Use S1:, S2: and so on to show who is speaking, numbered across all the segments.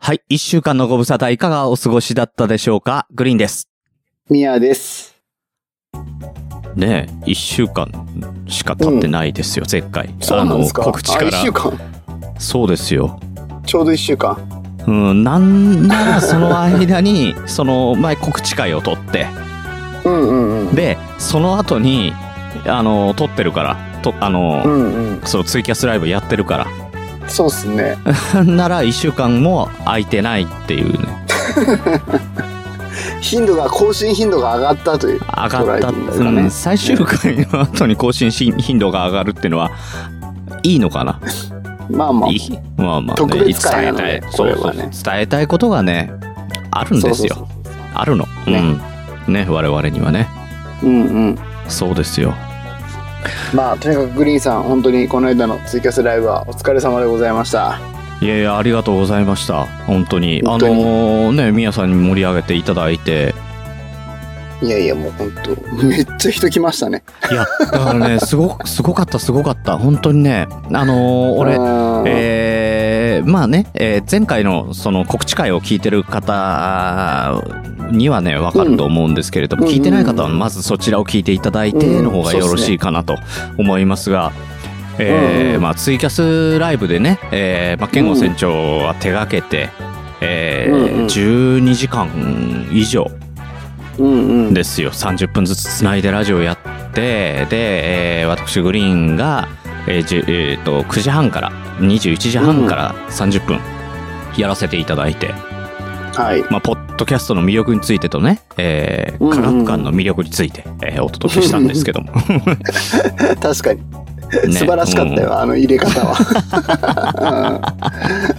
S1: はい。一週間のご無沙汰いかがお過ごしだったでしょうかグリーンです。
S2: ミヤです。
S1: ねえ、一週間しか経ってないですよ、前回。
S2: そうなんですか。
S1: あの、告知か
S2: あ一
S1: ら
S2: 週。間。
S1: そうですよ。
S2: ちょうど一週間。
S1: うん、なんならその間に、その前告知会を撮って、
S2: うんうんうん。
S1: で、その後に、あの、撮ってるから、と、あの、
S2: うんうん。
S1: そのツイキャスライブやってるから。
S2: そうっ すね。
S1: なんなら一週間も空いてないっていうね。
S2: 頻度が、更新頻度が上がったという。
S1: 上がったっ
S2: トライブですか
S1: うん
S2: ね。
S1: 最終回の後に更新し頻度が上がるっていうのは、いいのかな、
S2: まあまあ
S1: い。いまあまあ、ね、
S2: 特別会
S1: 伝
S2: な
S1: え
S2: の
S1: たい、そ
S2: で
S1: う
S2: こ
S1: そう、
S2: れ
S1: 伝
S2: はね
S1: えたいことがね、あるんですよ。
S2: そうそうそう
S1: あるの。うん。ね、我々にはね。
S2: そう。うんうん。
S1: そうですよ。
S2: まあ、とにかくグリーンさん、本当にこの間のツイキャスライブはお疲れ様でございました。
S1: いやいや、ありがとうございました。本当に。
S2: 本当に
S1: あのーね、みやさんに盛り上げていただいて。
S2: いやいや、もう本当、めっちゃ人来ましたね。
S1: いや、だからね、す ごく、すごかった、すごかった。本当にね、あのー俺、
S2: 俺、
S1: えーまあね、えー前回のその告知会を聞いてる方にはね、わかると思うんですけれども、
S2: うん
S1: 聞いてない方はまずそちらを聞いていただいての方が
S2: うん
S1: よろしいかなと思いますが、
S2: うん
S1: えー
S2: うん
S1: まあ、ツイキャスライブでね、えーまあ、健吾船長は手がけて、えー
S2: うんうん
S1: 12時間以上
S2: うんうん。
S1: ですよ30分ずつつないでラジオやってで、えー私グリーンが、えーじゅえーと9時半から21時半から30分やらせていただいて、
S2: はい。
S1: まあ、ポッドキャストの魅力についてとね、えー
S2: うんう
S1: 科
S2: ん
S1: 学館の魅力について、えーお届けしたんですけど も、ね
S2: 確かに。素晴らしかったよ、あの入れ方は。
S1: う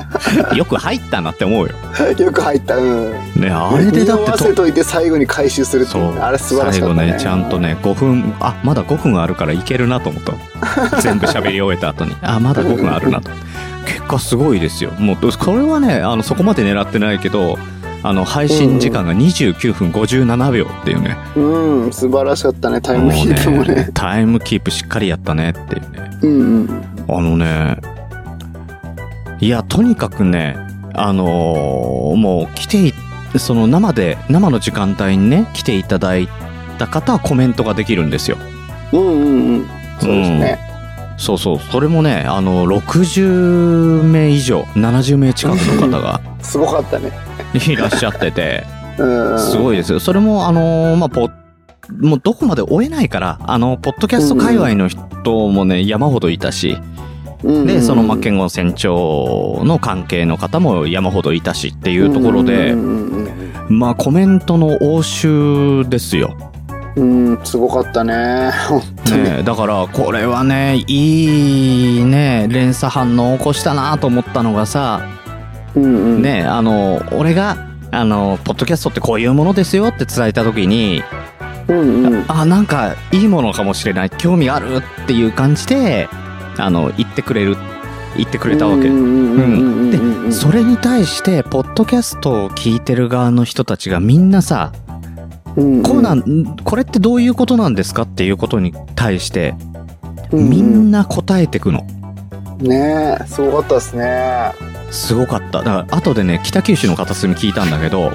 S1: んよく入ったなって思うよ、
S2: うん よく入った。うん。
S1: ね、あれでだって
S2: 匂わ
S1: と
S2: せといて最後に回収するって
S1: そ
S2: いううあれ素晴らし
S1: 最
S2: か
S1: 後
S2: ったね
S1: ねちゃんとね5分あまだ5分あるからいけるなと思 った全部喋り終えた後にあまだ5分あるなと結果すごいですよもうこれはねあのそこまで狙ってないけどあの配信時間が29分57秒っていうね,、
S2: うん素晴らしかったねタイム
S1: もう
S2: ヒートもね
S1: タイムキープしっかりやったねっていうね
S2: うんうん
S1: あのねいやとにかくねあのーもう来ていその生で生の時間帯にね来ていただいた方はコメントができるんですよ
S2: うんうんうんそうですね、
S1: そうそう、それもね、あの、60名以上、70名近くの方が
S2: すごかったね
S1: いらっしゃってて、
S2: うんうん
S1: すごいですよ。それも、あの、まあ、ポッもうどこまで追えないから、あの、ポッドキャスト界隈の人もね、山ほどいたし、
S2: うんうんうん
S1: で、その、まあ、健吾船長の関係の方も山ほどいたしっていうところで
S2: う、んうんうん
S1: まあ、コメントの応酬ですよ。
S2: うんうんすごかったね本当に、
S1: ね、だからこれはねいいね連鎖反応を起こしたなと思ったのがさ
S2: うんうん
S1: ねあの俺があのポッドキャストってこういうものですよって伝えた時に
S2: うんうん
S1: あなんかいいものかもしれない興味あるっていう感じであの言ってくれる言ってくれたわけ、
S2: うんうんうんうんうんうんうん
S1: それに対してポッドキャストを聞いてる側の人たちがみんなさ
S2: うんうん
S1: こうなんんこれってどういうことなんですかっていうことに対して
S2: うんうん
S1: みんな答えてくの
S2: ねえすごかったですね
S1: すごかっただから後でね北九州の片隅聞いたんだけど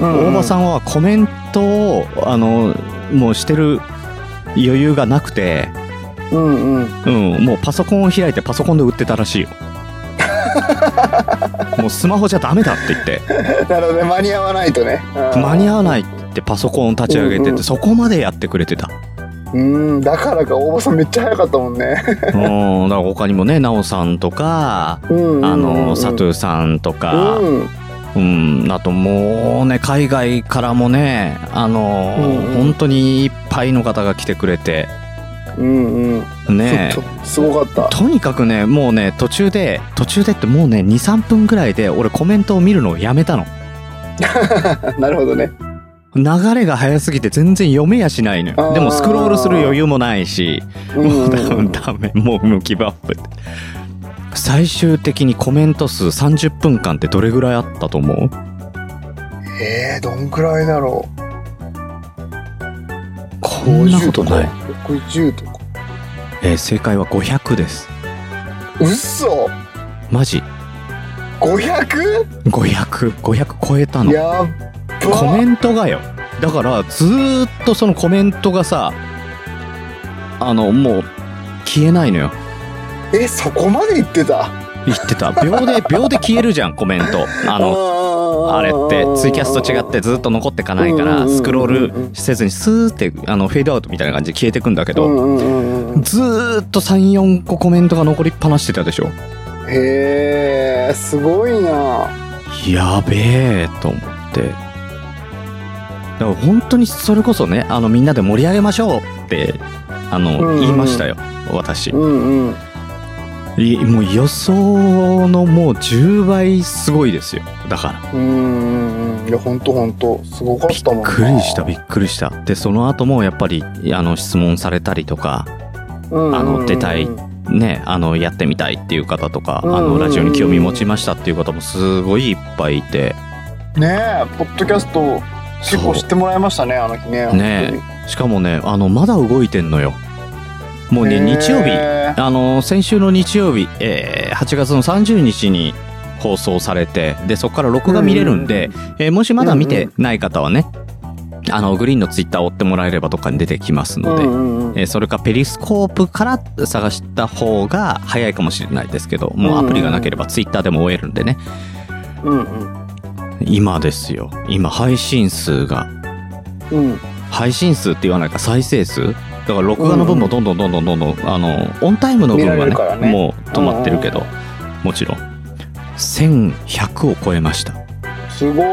S1: 大場さ
S2: ん
S1: んはコメントをあのもうしてる余裕がなくて、
S2: うんうん
S1: うん、もうパソコンを開いてパソコンで売ってたらしい よもうスマホじゃダメだって言って
S2: なので間に合わないとね
S1: 間に
S2: 合
S1: 合わないってパソコンを立ち上げてて、
S2: うんうん
S1: そこまでやってくれてた
S2: うんだからか大場さんめっちゃ早かったもんね
S1: うんだから他にもね奈緒さんとか
S2: うんうんうんうん
S1: あの佐藤さんとか、
S2: うん
S1: うん、あともうね、海外からもね、あの、
S2: うんうん
S1: 本当にいっぱいの方が来てくれて、
S2: うんうん
S1: ね
S2: ちょ、っとすごかっ
S1: とにかくね、もうね、途中で、途中でってもうね、2、3分ぐらいで俺コメントを見るのをやめたの。
S2: た なるほどね
S1: 流れが早すぎて全然読めやしないの
S2: あ
S1: よ。
S2: ー
S1: でもスクロールする余裕もないし、
S2: う
S1: も
S2: ん
S1: う多分ダメ、もうもうギブアップ。最終的にコメント数30分間ってどれぐらいあったと思う
S2: えー、どんくらいだろう
S1: こんなことない。
S2: 50とか
S1: えー正解は500です。
S2: うっそ
S1: マジ
S2: 500?
S1: 500500超えたの
S2: やっ
S1: コ
S2: ば
S1: メントがよだからずーっとそのコメントがさあのもう消えないのよ
S2: えそこまで言ってた
S1: 言ってた秒で秒で消えるじゃんコメントあの
S2: の
S1: あれってツイキャスと違ってずっと残ってかないか
S2: うんうん
S1: ら
S2: うんうん
S1: スクロールせずにスーってあのフェードアウトみたいな感じで消えてくんだけ
S2: う
S1: ど
S2: んうんうん
S1: ずーっと34個コメントが残りっぱなしてたでしょ
S2: へえすごいな
S1: やべえと思ってだから本当にそれこそねあのみんなで盛り上げましょうってあの、
S2: うんうん
S1: 言いましたよ私
S2: うんうん
S1: いもう予想のもう10倍すごいですよだから
S2: うんうんいや本当本当すごかっ
S1: びった
S2: もんな
S1: くりしたびっくりしたでその後もやっぱりあの質問されたりとか
S2: うんうんうん
S1: あの出たいねあのやってみたいっていう方とか、
S2: うんうんうん
S1: あのラジオに興味持ちましたっていう方もすごいいっぱいいて
S2: ねえポッドキャスト結構知ってもらいましたねあの日ね
S1: ねしかもねあのまだ動いてんのよもうね日曜日
S2: 日
S1: あの先週の日曜日、えー8月の30日に放送されてでそこから録画見れるんで、えーもしまだ見てない方はね、あのグリーンのツイッター追ってもらえればどっかに出てきますので、えーそれかペリスコープから探した方が早いかもしれないですけどもうアプリがなければツイッターでも追えるんでね
S2: うんうん
S1: 今ですよ今配信数が
S2: うん
S1: 配信数って言わないか再生数だから録画の分もどんどんどんどんどんどん、あのオンタイムの分
S2: 見ら
S1: は
S2: れ
S1: ね
S2: るからね
S1: もう止まってるけど、もちろん1100を超えました
S2: すごい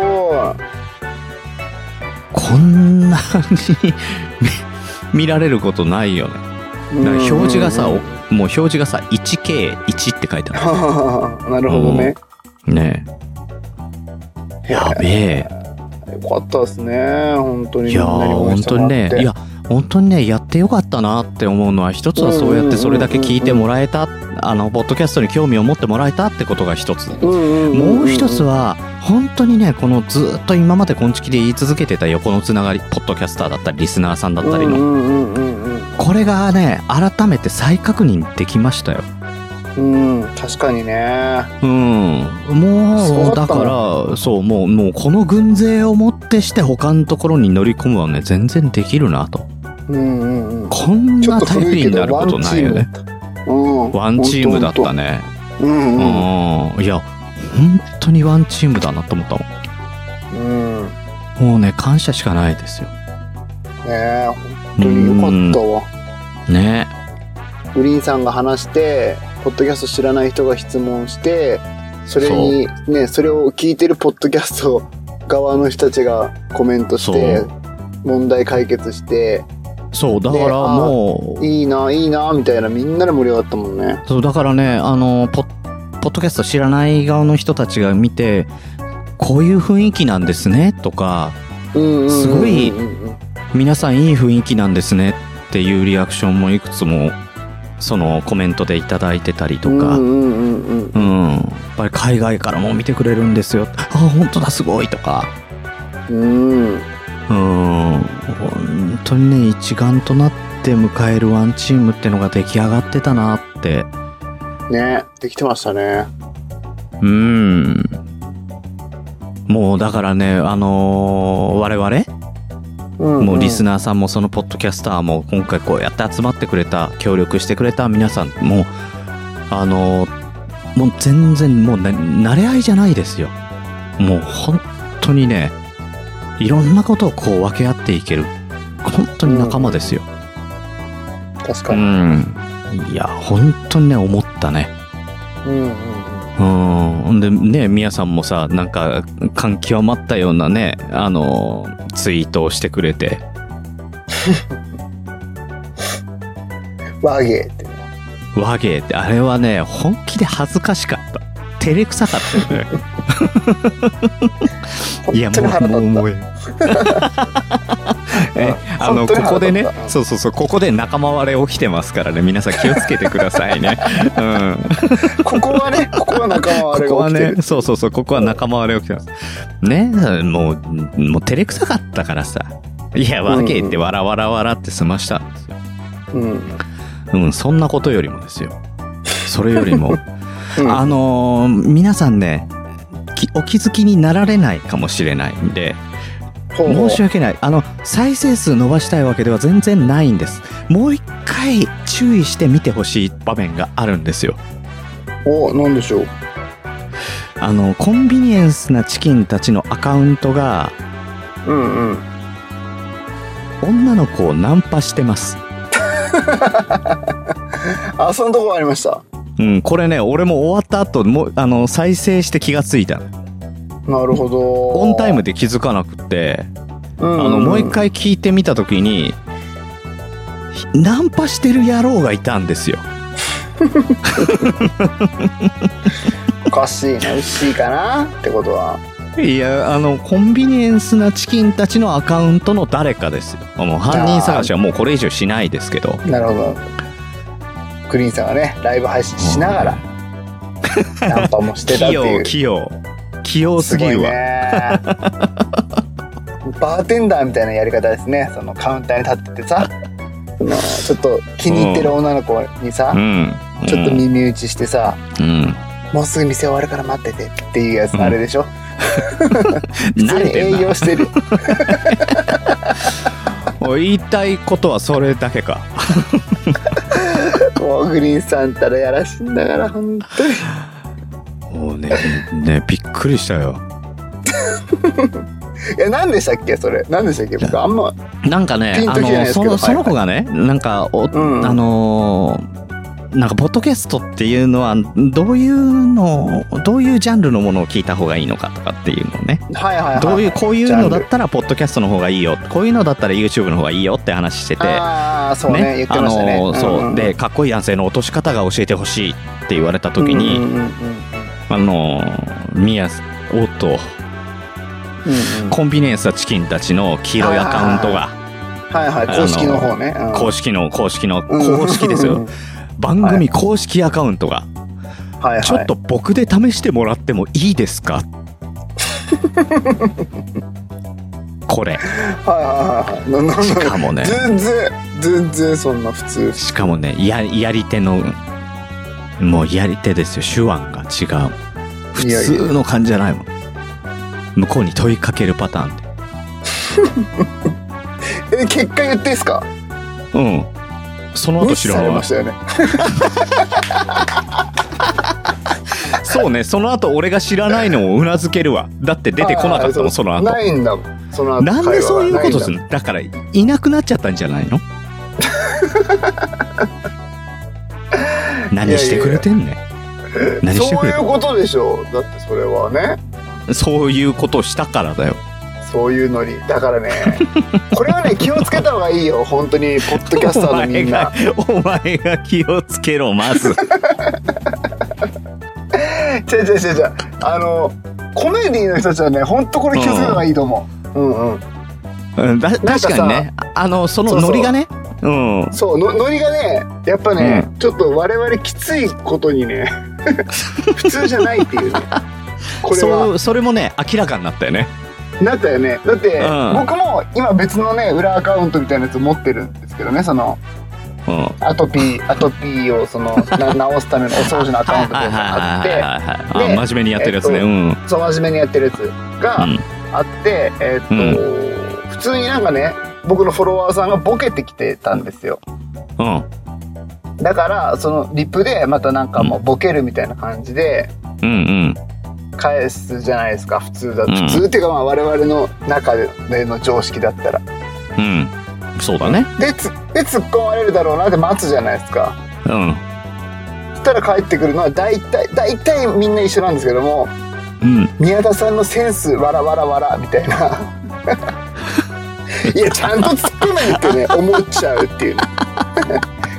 S1: こんなに 見見られることないよねだから表示が さ、
S2: うんうん
S1: おもう表示がさ 1K1 って書いてあ
S2: うんなるほどね
S1: るねえやべえ
S2: よかったですね本当に
S1: いや
S2: みんな
S1: ー
S2: 応援
S1: 本
S2: して
S1: 当
S2: も
S1: に
S2: ら
S1: ね
S2: って
S1: いや本当にねやってよかったなって思うのは一つはそうやってそれだけ聞いてもらえたあのポッドキャストに興味を持ってもらえたってことが一つ
S2: うんうんんん
S1: もう一つは本当にねこのずっと今までこんちきで言い続けてた横のつながりポッドキャスターだったりリスナーさんだったり
S2: う
S1: の
S2: んうんうんうん
S1: これがね改めて再確認できましたよ
S2: うんうん確かにね
S1: うん
S2: すご
S1: も
S2: かっ
S1: う
S2: た
S1: だ
S2: な
S1: からそうもうもうこの軍勢をもってして他のところに乗り込むはね全然できるなと
S2: うんうんうん
S1: こん
S2: ちょっ
S1: な
S2: と
S1: タイプ
S2: 古い
S1: に
S2: けど
S1: なることないよねワ
S2: ワ
S1: ン
S2: ン
S1: チ
S2: チ
S1: ー
S2: ー
S1: ム
S2: ム
S1: だ
S2: だっ
S1: ったた
S2: ね
S1: ね。
S2: うんうんうん
S1: うん。いや、本当にワンチームだなと思ったも
S2: うんね
S1: ん。もうね、感謝しかないですよ。
S2: え本当に良かったわ
S1: うんね
S2: グリーンさんが話してポッドキャスト知らない人が質問してそれにねそれを聞いてるポッドキャスト側の人たちがコメントして
S1: そ
S2: 問題解決して
S1: そう、だか
S2: ね
S1: ら
S2: あー
S1: もう、
S2: いいないいなみたいなみんなで盛り上がったもんね
S1: そう、だからね、あの、ポッ、ポッドキャスト知らない側の人たちが見て、こういう雰囲気なんですね、とか、
S2: す
S1: すごい皆さんいい雰囲気なんですねっていうリアクションもいくつも、そのコメントでいただいてたりとか、うん、やっぱり海外からも見てくれるんですよ。あ、本当だ、すごいとか。
S2: うん
S1: うーん本当にね一丸となって迎えるワンチームってのが出来上がってたなって
S2: ねできてましたね
S1: うーんもうだからねあのー我々もうリス
S2: ナ
S1: ナーさんもそのポッドキャスターも今回こうやって集まってくれた協力してくれた皆さんもあのーもう全然もうな慣れ合いじゃないですよもう本当にねいろんなことをこう分け合っていける本当に仲間ですよ
S2: ー確か
S1: う
S2: に
S1: ん。いや、本当にね、思ったね。
S2: うんうん
S1: うん。んで、ね、みやさんもさ、なんか、感極まったようなね、あの、ツイートをしてくれて。
S2: うん和芸って
S1: 和芸って、あれはね、本気で恥ずかしかった。照れくさかったよね。 いや、
S2: 本当
S1: もう、
S2: に腹立
S1: も
S2: っ
S1: う、
S2: た
S1: もう。えあの
S2: 本当
S1: こ
S2: に
S1: こでね
S2: 腹立った
S1: そうそうそうここで仲間割れ起きてますからね皆さん気をつけてください ね、うん、
S2: ここはね、ここは仲間
S1: こ
S2: 割れ
S1: こ
S2: が
S1: は
S2: 起きてる
S1: ね。そうそうそうここは仲間割れ起きてますねもうもう照れくさかったからさいやわけってわらわらわらって済ましたんですよ
S2: うん
S1: うんそんなことよりもですよそれよりも
S2: うん
S1: あのー皆さんねきお気づきになられないかもしれないんで
S2: ほうほう
S1: 申し訳ないあの再生数伸ばしたいわけでは全然ないんですもう一回注意して見てほしい場面があるんですよ
S2: おなんでしょう
S1: あのコンビニエンスなチキンたちのアカウントが
S2: うんうん
S1: 女の子をナンパしてます
S2: あそのとこありました
S1: うんこれね俺も終わった後もうあの再生して気がついたの
S2: なるほど
S1: オンタイムで気づかなくって
S2: うん
S1: あ
S2: うん
S1: のもう一回聞いてみた時にひナンパしてる野郎がいたんですよ
S2: おかしいなうっしいかなってことはい
S1: やあのコンビニエンスなチキンたちのアカウントの誰かですよもう犯人探しはもうこれ以上しないですけど
S2: なるほどクリーンさんはねライブ配信しながらナンパもしてたっ
S1: 器
S2: てい
S1: 用 器用
S2: う
S1: 器用すぎるわ、
S2: わバーテンダーみたいなやり方ですねそのカウンターに立っててさそのちょっと気に入ってる女の子にさ、
S1: うん
S2: ちょっと耳打ちしてさ、
S1: うん、
S2: もうすぐ店終わるから待っててっていうやつ、
S1: うん
S2: あれでしょ普
S1: 慣
S2: 通
S1: れ
S2: に
S1: てん
S2: 営
S1: な
S2: 業してる
S1: 言いたいことはそれだけか
S2: もうグリーンさんったらやらしいんだから本当に
S1: もうねねびっくりしたよ
S2: え何でしたっけそれ何でしたっけ僕あんま
S1: なんかね
S2: ピン
S1: あ
S2: ときてない
S1: の
S2: です
S1: そ
S2: けど
S1: のその子がねなんかお、
S2: うん
S1: あのーなんかポッドキャストっていうのはどういうのをどういうジャンルのものを聞いた方がいいのかとかっていうのをね
S2: はいはいはい
S1: どういうこういう
S2: ジャ
S1: の
S2: ンル
S1: だったらポッドキャストの方がいいよこういうのだったら YouTube の方がいいよって話してて
S2: ああそうね言って
S1: あ
S2: ましたね、
S1: のー
S2: んん
S1: そ
S2: ん
S1: うでかっこいい男性の落とし方が教えてほしいって言われた時に、
S2: うんうんうんうん
S1: あのーミヤおっと
S2: うんうん
S1: コンビニエンスなチキンたちの黄色いアカウントが
S2: はいはい公式の方ね、うん
S1: 公式の公式の
S2: うん
S1: 公式です
S2: う
S1: よ
S2: ん
S1: 番組公式アカウントが
S2: はいはい、
S1: ちょっと僕で試してもらってもいいです かこれ
S2: はいはいはいはいなな
S1: しかもね
S2: 全然全然そんな普通
S1: しかもねややり手のもうやり手ですよ手腕が違う普
S2: いやいや
S1: 通の感じじゃないもん向こうに問いかけるパターンで
S2: え結果言っていいですか
S1: うんその
S2: 無
S1: 後
S2: 視
S1: 知
S2: さ
S1: ら
S2: れ
S1: な
S2: ま
S1: い
S2: したよね
S1: そうねその後俺が知らないのをうなずけるわだって出てこなかったも
S2: あー
S1: んその後
S2: ないんだもんその後
S1: なんでそういうことす
S2: る
S1: るのだからいなくなっちゃったんじゃないの何してくれてんねん何してく
S2: そう
S1: れ
S2: いう
S1: て
S2: ことでしょうだってそれはね
S1: んそういうことをしたからだよ
S2: そういうのにだからね これはね気をつけた方がいいよ本当にポッドキャスターのみんな
S1: お前がお前が気をつけろまず
S2: 違う違う違う違うあのコメディの人たちはね本当これ気をつけた方がいいと思ううんうん
S1: うんだ
S2: か
S1: 確
S2: さ
S1: かにねああのそ
S2: そ
S1: の
S2: うそう
S1: ノリがねうん
S2: そうのノリがねやっぱね、ちょっと我々きついことにね 普通じゃないっていうねこれは
S1: そうそれもね明らかになったよね
S2: なったよねだって、
S1: うん
S2: 僕も今別のね裏アカウントみたいなやつ持ってるんですけどねその
S1: うん
S2: アトピーアトピーをそのな直すためのお掃除のアカウントみたいなのがあって
S1: はいはいはいはいはい
S2: で
S1: あ真面目にやってるやつね、
S2: えっと
S1: うん
S2: そう真面目にやってるやつが
S1: うん
S2: あって、えーっと、普通になんかね僕のフォロワーさんがボケてきてたんですよ
S1: うん
S2: だからそのリプでまたなんかもうボケるみたいな感じで
S1: うんうん
S2: 返すじゃないですか普通だと、
S1: うん
S2: 普通っていうかまあ我々の中での常識だったら
S1: うんそうだね
S2: でつで突っ込まれるだろうなって待つじゃないですか
S1: うん
S2: そしたら帰ってくるのは大体大体みんな一緒なんですけども
S1: うん
S2: 宮田さんのセンスわらわらわらみた いないやちゃんと突っ込めってね思っちゃうっていうね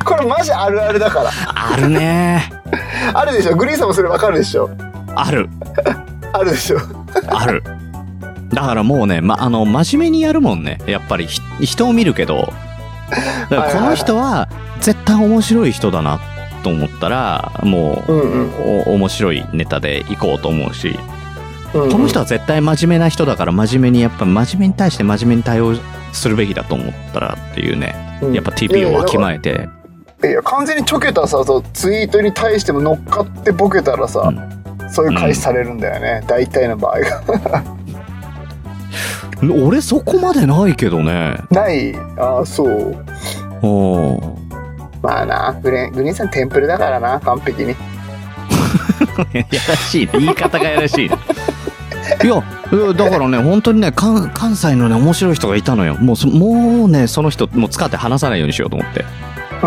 S2: これマジあるあるだから
S1: あるね
S2: あるでしょグリーンさんもそれわかるでしょ
S1: ある
S2: あるでしょ
S1: あるだからもうね、ま、あの真面目にやるもんねやっぱりひ人を見るけどだからこの人は絶対面白い人だなと思ったらもう、
S2: うんうん
S1: お面白いネタでいこうと思うし
S2: うんうん
S1: この人は絶対真面目な人だから真面目にやっぱ真面目に対して真面目に対応するべきだと思ったらっていうね
S2: うん
S1: やっぱ TP をわきまえて
S2: いや完全にちょけたさそうツイートに対しても乗っかってボケたらさ、
S1: うん
S2: そういう返しされるんだよね、大体の場合が
S1: 俺そこまでないけどね
S2: ないああそう
S1: お
S2: まあなグレングリーンさんテンプレだからな完璧に
S1: やらしいね言い方がやらしいね いやえだからね本当にね関関西のね面白い人がいたのよもうそもうねその人もう使って話さないようにしようと思って、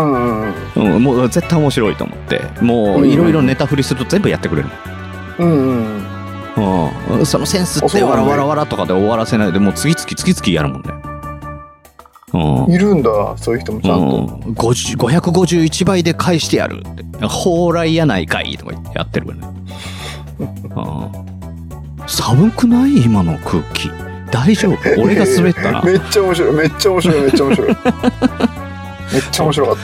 S2: うんうん
S1: うん、もう絶対面白いと思っても
S2: うんう
S1: うんいろいろネタ振りすると全部やってくれる
S2: うんうんうん
S1: うん、そのセンス
S2: あ
S1: っ
S2: そ
S1: て
S2: うな
S1: わ
S2: ん
S1: らわ
S2: だ
S1: らわらとかで終わらせないでもう次々次々やるもんねうん
S2: いるんだそういう人もちゃんと、
S1: うん、50 551倍で返してやるって「蓬莱やないかい」とか言ってやってるよね、うん、寒くない今の空気大丈夫俺が滑った な
S2: めっちゃ面白いめっちゃ面白いめっちゃ面 白いめっちゃ面白かっ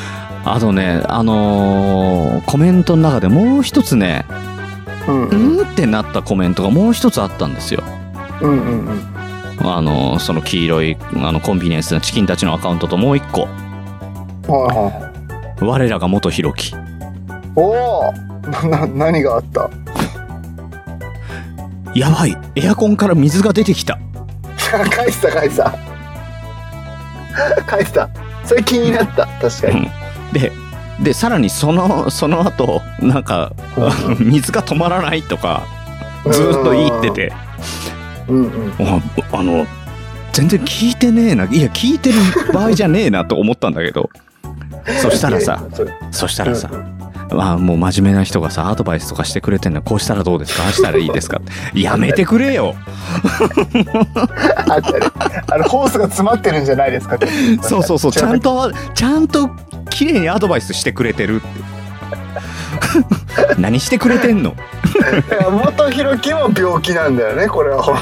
S1: あとねあのーコメントの中でもう一つね
S2: たうん
S1: 「う
S2: うん
S1: ん?」ってなったコメントがもう一つあったんですよ
S2: うんうんうん
S1: あのーその黄色いあのコンビニエンスなチキンたちのアカウントともう一個
S2: はいはいはい
S1: 「我らが元弘樹」
S2: おおなな何があった
S1: 「やばいエアコンから水が出てきた」
S2: 返した返した 返したそれ気になった確かに
S1: ででさらにそのその後なんか水が止まらないとか ずーっと言ってて
S2: うんうん
S1: ああの全然聞いてねえないや聞いてる場合じゃねえなと思ったんだけ どそしたらさ
S2: それ
S1: そしたらさ、まあ、もう真面目な人がさアドバイスとかしてくれてんのこうしたらどうですかああしたらいいですかやめてくれよ
S2: あったねあのホースが詰まってるんじゃないですか
S1: そうそうそうちゃん
S2: と
S1: とちゃんと綺麗にアドバイスしてくれて るって何してくれてんの
S2: 元弘樹も病気なんだよねこれは本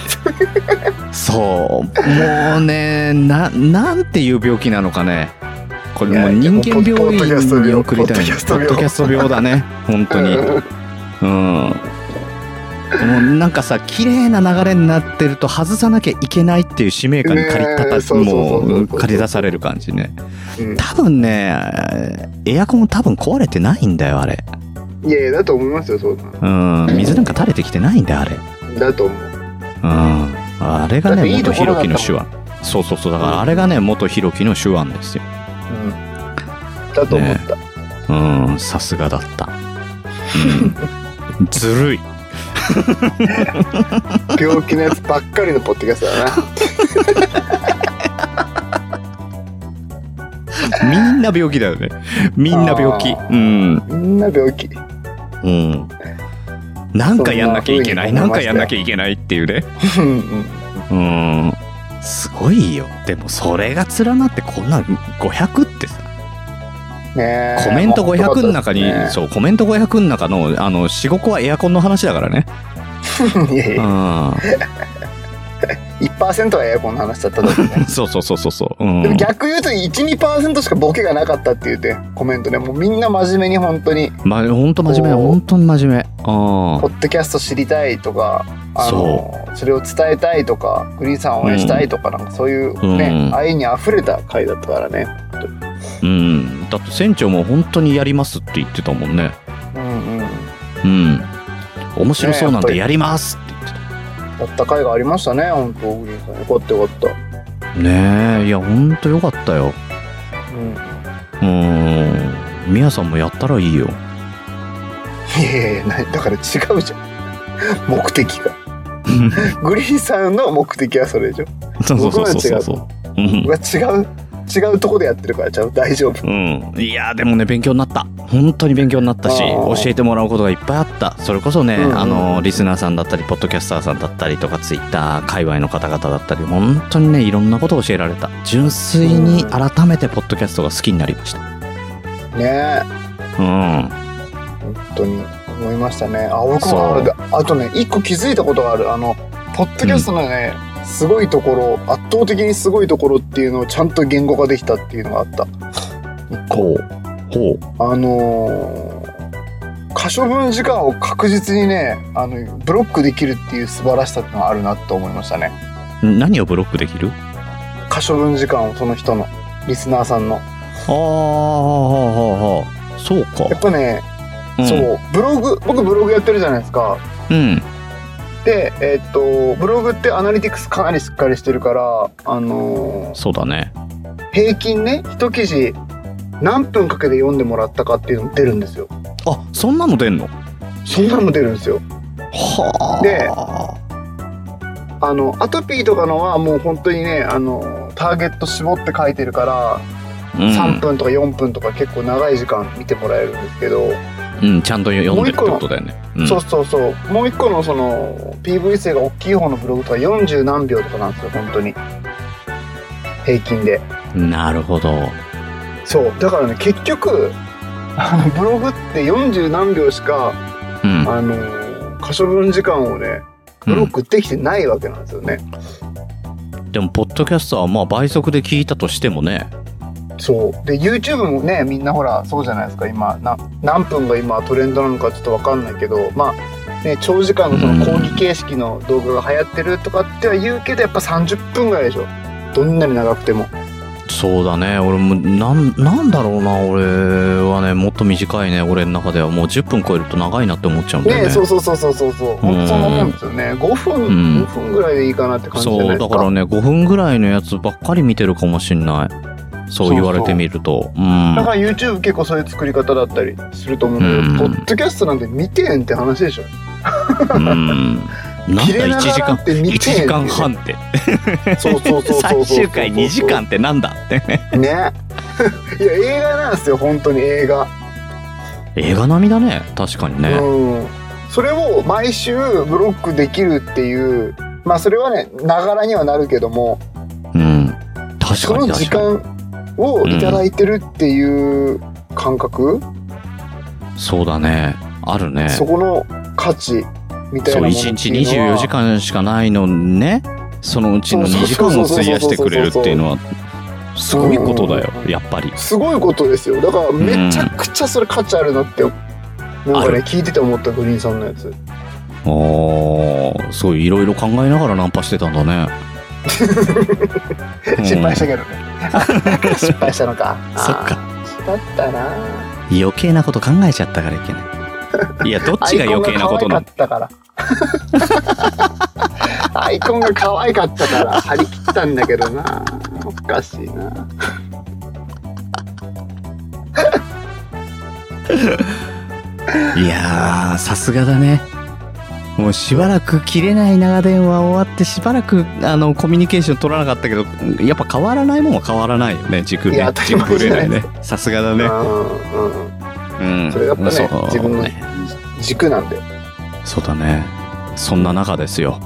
S1: そうもうねな なんていう病気なのかねこれもう
S2: いや
S1: 人
S2: いや
S1: 間病
S2: ポッドキャスト
S1: 院
S2: 病
S1: に送りたい
S2: ポッドキャスト
S1: ポッ
S2: 病
S1: ドキャスト病だね本当
S2: 当
S1: に
S2: に
S1: うんもうなんかさ綺麗な流れになってると外さなきゃいけないっていう使命感に駆り立
S2: ねえ
S1: た
S2: そうそうそ
S1: も
S2: うそう
S1: う駆り出される感じね
S2: うん
S1: 多分ねエアコン多分壊れてないんだよあれ
S2: いやいやだと思いますよそう
S1: う
S2: な
S1: ん水なんか垂れてきてないんだよあれ
S2: のだと思う
S1: うんあれが
S2: だっ
S1: ね
S2: ていい
S1: 元
S2: ところだ
S1: 弘
S2: っ
S1: 樹
S2: たも
S1: の
S2: ん
S1: 手腕そうそうそうだからあれがね元弘樹の手腕ですよ
S2: うんだと思った
S1: うんさすがだった、 うん、ずるい
S2: 病気のやつばっかりのポッドキャストだ な
S1: みんな病気だよねみんな病気
S2: あ
S1: うん、
S2: みんな病気
S1: うん、なんかやんなきゃいけない
S2: そんな風に思いましたよ
S1: なんかやんなきゃいけないっていうね
S2: うんう
S1: う
S2: ん
S1: んすごいよでもそれが連なってこんな500ってさ
S2: ねえ
S1: コメント500の中に、
S2: まあ
S1: そうコメント500の中のあの45個はエアコンの話だからね
S2: いやいや
S1: う
S2: 1%はエアコンの話だっただけね
S1: んそうそうそうそうそう、うん、
S2: でも逆言うと12%しかボケがなかったって言うてコメントねもうみんな真面目に本当に
S1: まあ、ほんと真面目、
S2: こう
S1: ほんとに真面目。あ
S2: ポッドキャスト知りたいとかあのそれを伝えたいとかグリーンさんを応援したいとか,、なんかそういうね、
S1: うん
S2: 愛にあふれた回だったからね、
S1: うん。だって船長も本当にやりますって言ってたもんね。
S2: うんうん、だ
S1: うん。面白そうなんでやりますって
S2: った回がありましたね本当グリーンさんよかったよかっ
S1: ねえ、いや、ほんとよかったよ。
S2: た、うん、いう
S1: ーん。みやさんもやったらいいよ。
S2: やいやいやなだから違うじゃん目的がグリーンさんの目的はそれでしょ
S1: そうそうそうそうそう。うん
S2: 僕は違う違うとこでやってるからじゃあ大丈夫
S1: うん、いやでもね勉強になった本当に勉強になったし
S2: あ
S1: 教
S2: ー
S1: えてもらうことがいっぱいあったそれこそね、
S2: うんうん
S1: あのリスナーさんだったりポッドキャスターさんだったりとかツイッター界隈の方々だったり本当にねいろんなことを教えられた純粋に改めてポッドキャストが好きになりました
S2: ねえ
S1: うん
S2: 本当に思いましたね。あ、僕もあるあとね、一個気づいたことがある。あの、ポッドキャストのね、すごいところ、圧倒的にすごいところっていうのをちゃんと言語化できたっていうのがあった。
S1: ほうほう
S2: あのー、可処分時間を確実にね、あの、ブロックできるっていう素晴らしさっていうのがあるなと思いましたね。
S1: 何をブロックできる
S2: 可処分時間をその人の、リスナーさんの。
S1: ああそうか
S2: やっぱね、
S1: うん
S2: そうブログ僕ブログやってるじゃないですか
S1: うん
S2: でえっとブログってアナリティクスかなりしっかりしてるからあのー
S1: そうだね
S2: 平均ね一記事何分かけて読んでもらったかっていうのも出るんですよ
S1: あそんなの出んの
S2: そんなのも出るんですよ
S1: はあ
S2: であのアトピーとかのはもう本当にねあのターゲット絞って書いてるから、3分とか4分とか結構長い時間見てもらえるんですけど、
S1: うん、うん、ちゃんと読んでるってことだよねうん
S2: そうそうそうもう一個のその PV 数が大きい方のブログとか40何秒とかなんですよ本当に平均で
S1: なるほど
S2: そうだからね結局あのブログって40何秒しか
S1: うん
S2: あの可処分時間をねブロックできてないわけなんですよね、
S1: でもポッドキャストはまあ倍速で聞いたとしてもね
S2: そうで YouTube もねみんなほらそうじゃないですか今な何分が今トレンドなのかちょっとわかんないけどまあ、ね、長時間のその講義形式の動画が流行ってるとかっては言うけどやっぱ30分ぐらいでしょどんなに長くても
S1: そうだね俺もなんなんだろうな俺はねもっと短いね俺の中ではもう10分超えると長いなって思っちゃうんだよ
S2: ね
S1: ね
S2: そうそうそうそうそうそうほんとそんなもんですよね5分、
S1: うん
S2: 5分ぐらいでいいかなって感じじゃ
S1: そ
S2: な
S1: う
S2: いで
S1: だ
S2: す
S1: か
S2: から
S1: ね5分ぐらいのやつばっかり見てるかもしんないそう言われてみるとうん
S2: だから YouTube 結構そういう作り方だったりすると思うけど、
S1: うん
S2: ポッドキャストなんて見てんって話でしょ
S1: うんなんだ
S2: 切れ
S1: 1
S2: なが
S1: 時
S2: ら
S1: 間
S2: って見
S1: 1
S2: てん
S1: 時間半って
S2: そうそうそうそうそうそ
S1: 最
S2: う
S1: 終回2時間ってなんだってね
S2: ね いや映画なんですよ本当に映画、
S1: 映画並みだね確かにね
S2: うんそれを毎週ブロックできるっていうまあそれはねながらにはなるけども
S1: うん確かに
S2: その時
S1: 確かに
S2: 間をいただいてるっていう感覚、
S1: そうだねあるね
S2: そこの価値みたい
S1: そ
S2: な
S1: う
S2: もの
S1: 1日
S2: っていうのは
S1: 24時間しかないのにねそのうちの
S2: そう
S1: 2
S2: そう
S1: 時間
S2: そうそ
S1: を
S2: うそう
S1: 費やしてくれるっていうのはすごいことだよ
S2: うん
S1: やっぱり
S2: すごいことですよだからめちゃくちゃそれ価値あるなって、なん
S1: あ
S2: かね
S1: る
S2: 聞いてて思ったグリーンさんのやつ
S1: おーすごいいろいろ考えながらナンパしてたんだ ね
S2: 失敗した
S1: うん
S2: けど ね失敗したのか
S1: そっか
S2: あーだったな
S1: 余計なこと考えちゃったからいけないいやどっちが余計なことな
S2: アイコンが可愛かっ たからアイコンが可愛かったから張り切ったんだけどなおかしいな
S1: のいやーさすがだねもうしばらく切れない長電話終わってしばらくあのコミュニケーション取らなかったけどやっぱ変わらないもんは変わらないよね軸
S2: い
S1: ね
S2: や当たり前
S1: 軸ぶれない
S2: じゃ
S1: ねさすがだね
S2: うんうん
S1: うん
S2: それがやっぱね
S1: そう
S2: 自分の軸なんで
S1: そうだねそんな中ですよ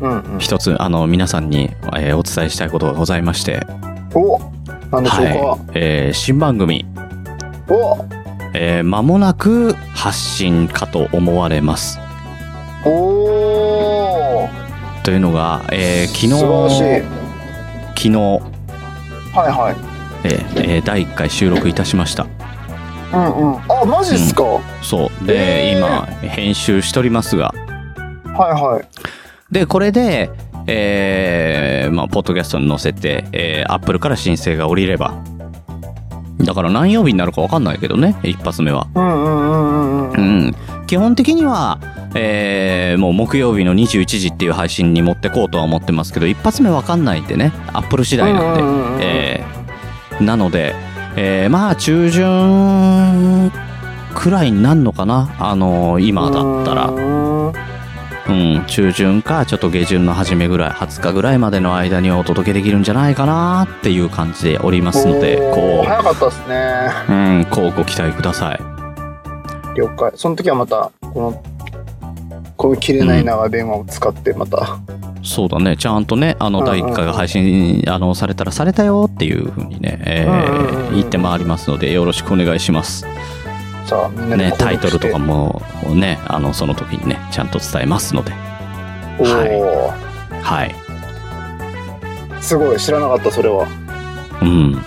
S2: うんうん
S1: 一つあの皆さんに、えーお伝えしたいことがございまして、
S2: おなんでしょうか、
S1: はいえー新番組、
S2: お
S1: えー間もなく発信かと思われます
S2: おー
S1: というのが、えー昨日
S2: 素晴らしい
S1: 昨日、
S2: はいはい
S1: えーえー第1回収録いたしました
S2: うんうんあマジっすか、は
S1: そうで、
S2: えー
S1: 今編集しておりますが
S2: いはい
S1: でこれでえーまあポッドキャストに載せて、えー、アップルから申請が降りればだから何曜日になるか分かんないけどね一発目は
S2: うんうんうんうんう
S1: うんん、基本的には、えーもう木曜日の21時っていう配信に持ってこうとは思ってますけど一発目わかんないんでねアップル次第なんで、
S2: うんうんうんうん
S1: えーなので、えーまあ中旬くらいになるのかなあのー今だったら
S2: う、ーん
S1: うん、中旬かちょっと下旬の初めぐらい20日ぐらいまでの間にお届けできるんじゃないかなっていう感じでおりますので
S2: おー
S1: こ
S2: 早かったっすね
S1: う、うん、こうご期待ください
S2: 了解その時はまたこのこの切れない長電話を使ってまた、
S1: そうだね、ちゃんとね、あ
S2: う
S1: の、
S2: んうん
S1: 第1回が配信、あの、されたらされたよっていうふうにね、えー
S2: うんうんうんうん
S1: 言って回りますので、よろしくお願いします。
S2: じゃあみんなで
S1: ね、
S2: 購
S1: タ
S2: 読
S1: イトル
S2: して
S1: とかも、ね、あの、その時にね、ちゃんと伝えますので、
S2: おおー、
S1: はい。
S2: すごい知らなかったそれは
S1: うん。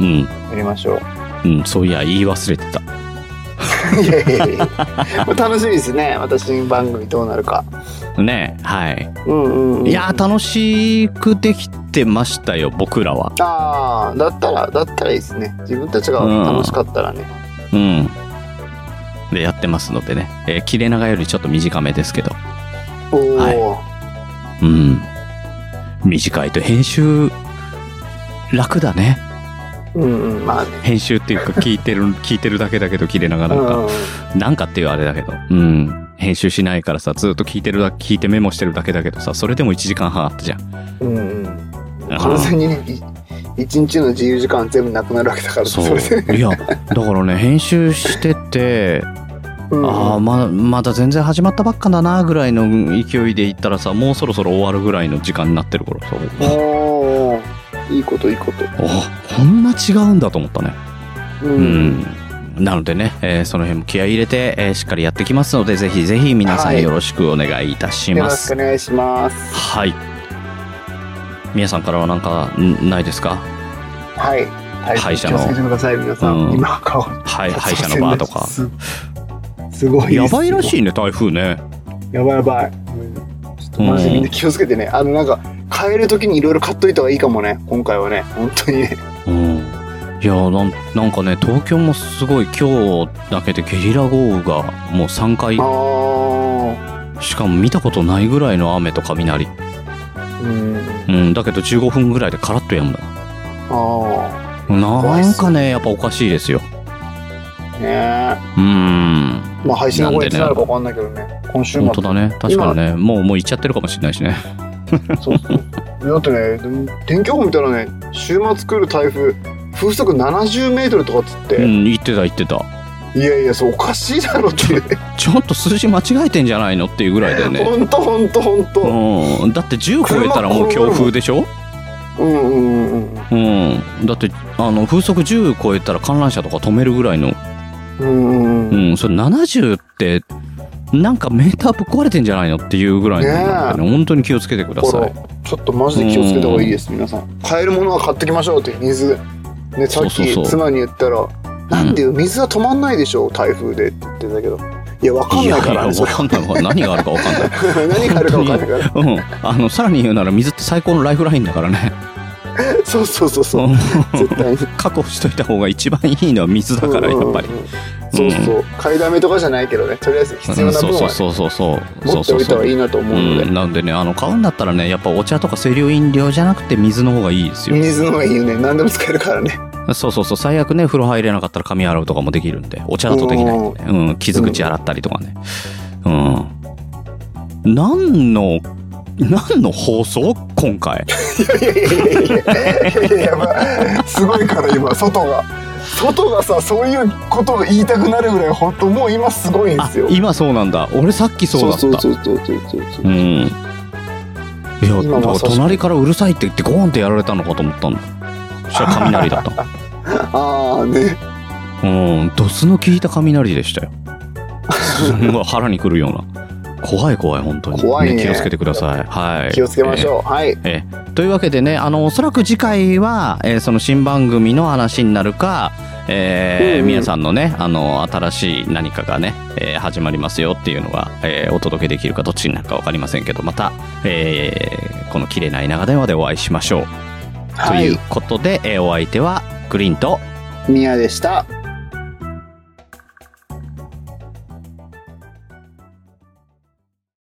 S1: うん。
S2: やり ましょう
S1: うん、そういや、言い忘れてた。
S2: いやいやいやもう楽しみですねまた新番組どうなるか
S1: ね、はい。
S2: うんうん、うん、
S1: いやー、楽しくできてましたよ、僕らは。
S2: あーだったらだったらいいですね自分たちが楽しかったらね、
S1: うん。でやってますのでね、えー切れ長よりちょっと短めですけど、
S2: おお、
S1: うん。短いと編集、楽だね。
S2: うんうんまあね
S1: 編集っていうか聞いてる、 聞いてるだけだけど切れ長なんか、
S2: うん
S1: なんかっていうあれだけど、うん。編集しないからさ、ずっと聞いてるだ、聞いてメモしてるだけだけどさ、それでも1時間半あったじゃん。
S2: うんうん完全にねい一日の自由時間全部なくなるわけだから
S1: そう。
S2: れで
S1: いや、だからね、編集してて、
S2: うん
S1: ああままだ全然始まったばっかだなぐらいの勢いでいったらさもうそろそろ終わるぐらいの時間になってる頃さ
S2: おおいいこといいこと
S1: おこんな違うんだと思ったね
S2: うん、
S1: うんなのでね、えーその辺も気合い入れて、えーしっかりやってきますのでぜひぜひ皆さ
S2: は
S1: ん
S2: い
S1: よろしくお願いいたし
S2: よろ
S1: ま
S2: し
S1: す
S2: くお願いします
S1: はい、皆さんからはなんかんないですか
S2: はいはい
S1: 歯医者の
S2: 気をつけてください皆さん、
S1: うん
S2: 今顔
S1: はい歯医者のバーとか
S2: すすごい
S1: やばいらし
S2: い
S1: いね台風ね
S2: やばいやばい、うんちょっとマジでみんな気をつけてね、あのなんか帰る時にいろいろ買っといた方がいいかもね今回はね本当にね
S1: うんいやなんなんかね東京もすごい今日だけでゲリラ豪雨がもう3回
S2: ああ
S1: しかも見たことないぐらいの雨と雷、
S2: うん
S1: うん、だけど15分ぐらいでカラッとやむの
S2: あいっ
S1: なん
S2: す
S1: かねやっぱおかしいですよ
S2: あねえ
S1: うーん
S2: まあ配信の
S1: なん
S2: 声
S1: で
S2: い
S1: ね
S2: つなるかわかんないけどね今週末
S1: 本当だね確かにねもうもう行っちゃってるかもしれないしね
S2: そうそうだってねでも天気予報見たらね週末来る台風風速70メートルとかっつって、
S1: うん行ってた行ってた
S2: いやいやそうおかしいだろっていうね
S1: ちょっと数字間違えてんじゃないのっていうぐらいだよね
S2: ほんとほんとほんと
S1: うん、だって10超えたらもう強風でしょ、
S2: うんうんうんうん
S1: うん、だってあの風速10超えたら観覧車とか止めるぐらいの、
S2: うんうん
S1: う
S2: うん
S1: ん、それ70ってなんかメーターぶっ壊れてんじゃないのっていうぐらいのなんかね本当に気をつけてくだ
S2: だか
S1: さ
S2: ら
S1: い
S2: ちょっとマジで気をつけた方がいいです皆さん買えるものは買ってきましょうって水ねさっ
S1: そうそうそ
S2: き
S1: う
S2: 妻に言ったら「なんでよ水は止まんないでしょ台風で」って言ってたけどいやわかんないからね
S1: や
S2: そ
S1: わ
S2: れ
S1: かんないわ何があるかわかんない。
S2: 何があるかわかんないから
S1: うん。あの、さらに言うなら水って最高のライフラインだからね。
S2: そうそうそうそ
S1: う
S2: う
S1: ん
S2: 絶対に
S1: 確保しといた方が一番いいのは水だから、やっぱり
S2: うん。うんうんそうそう買いだめとかじゃないけどねとりあえず必要な
S1: そう
S2: 分
S1: そう
S2: はね
S1: そうそうそう。
S2: 持っておいた方がいいなと
S1: う
S2: 思うの
S1: ん、
S2: で
S1: なんでねあの買うんだったらねやっぱお茶とか清涼飲料じゃなくて水の方がいいですよ
S2: 水の方がいいよね何でも使えるからね
S1: そうそうそう最悪ね風呂入れなかったら髪洗うとかもできるんでお茶だとできないんでね、うん、傷口洗ったりとかねうん何の何の放送今回
S2: いやいやいやいやいやいや、まあ、すごいから今外が外がさそういうことを言いたくなるぐらい本当もう今すごいんで
S1: あ
S2: すよ
S1: 今そうなんだ俺さっきそうだった
S2: そうそうそうそうそうそう
S1: うんいやだか
S2: 今ま
S1: ら
S2: さしく
S1: 隣からうるさいって言ってゴーンってやられたのかと思ったんだそしたら雷だった
S2: ああね
S1: うんドスの効いた雷で したよすんごい腹にくるような怖い怖い本当に
S2: 怖いね
S1: 気をつけてくださいはい
S2: 気をつけましょう、はい
S1: えーというわけでねあのおそらく次回は、えーその新番組の話になるか、えー
S2: うんうん
S1: 皆さんのねあの新しい何かがね、えー始まりますよっていうのが、えーお届けできるかどっちになるか分かりませんけどまた、えーこの「切れない長電話」でお会いしましょう。
S2: は
S1: という
S2: い
S1: ことで、えーお相手はグリーンと
S2: 宮でした